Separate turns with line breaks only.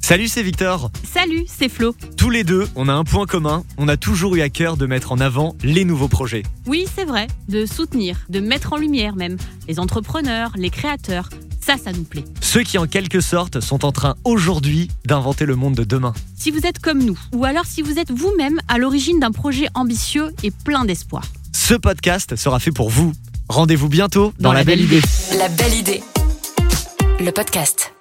Salut, c'est Victor.
Salut, c'est Flo.
Tous les deux, on a un point commun. On a toujours eu à cœur de mettre en avant les nouveaux projets.
Oui, c'est vrai, de soutenir, de mettre en lumière même les entrepreneurs, les créateurs. Ça, ça nous plaît.
Ceux qui, en quelque sorte, sont en train aujourd'hui d'inventer le monde de demain.
Si vous êtes comme nous, ou alors si vous êtes vous-même à l'origine d'un projet ambitieux et plein d'espoir.
Ce podcast sera fait pour vous. Rendez-vous bientôt dans,
Dans la belle idée.
La belle idée. Le podcast.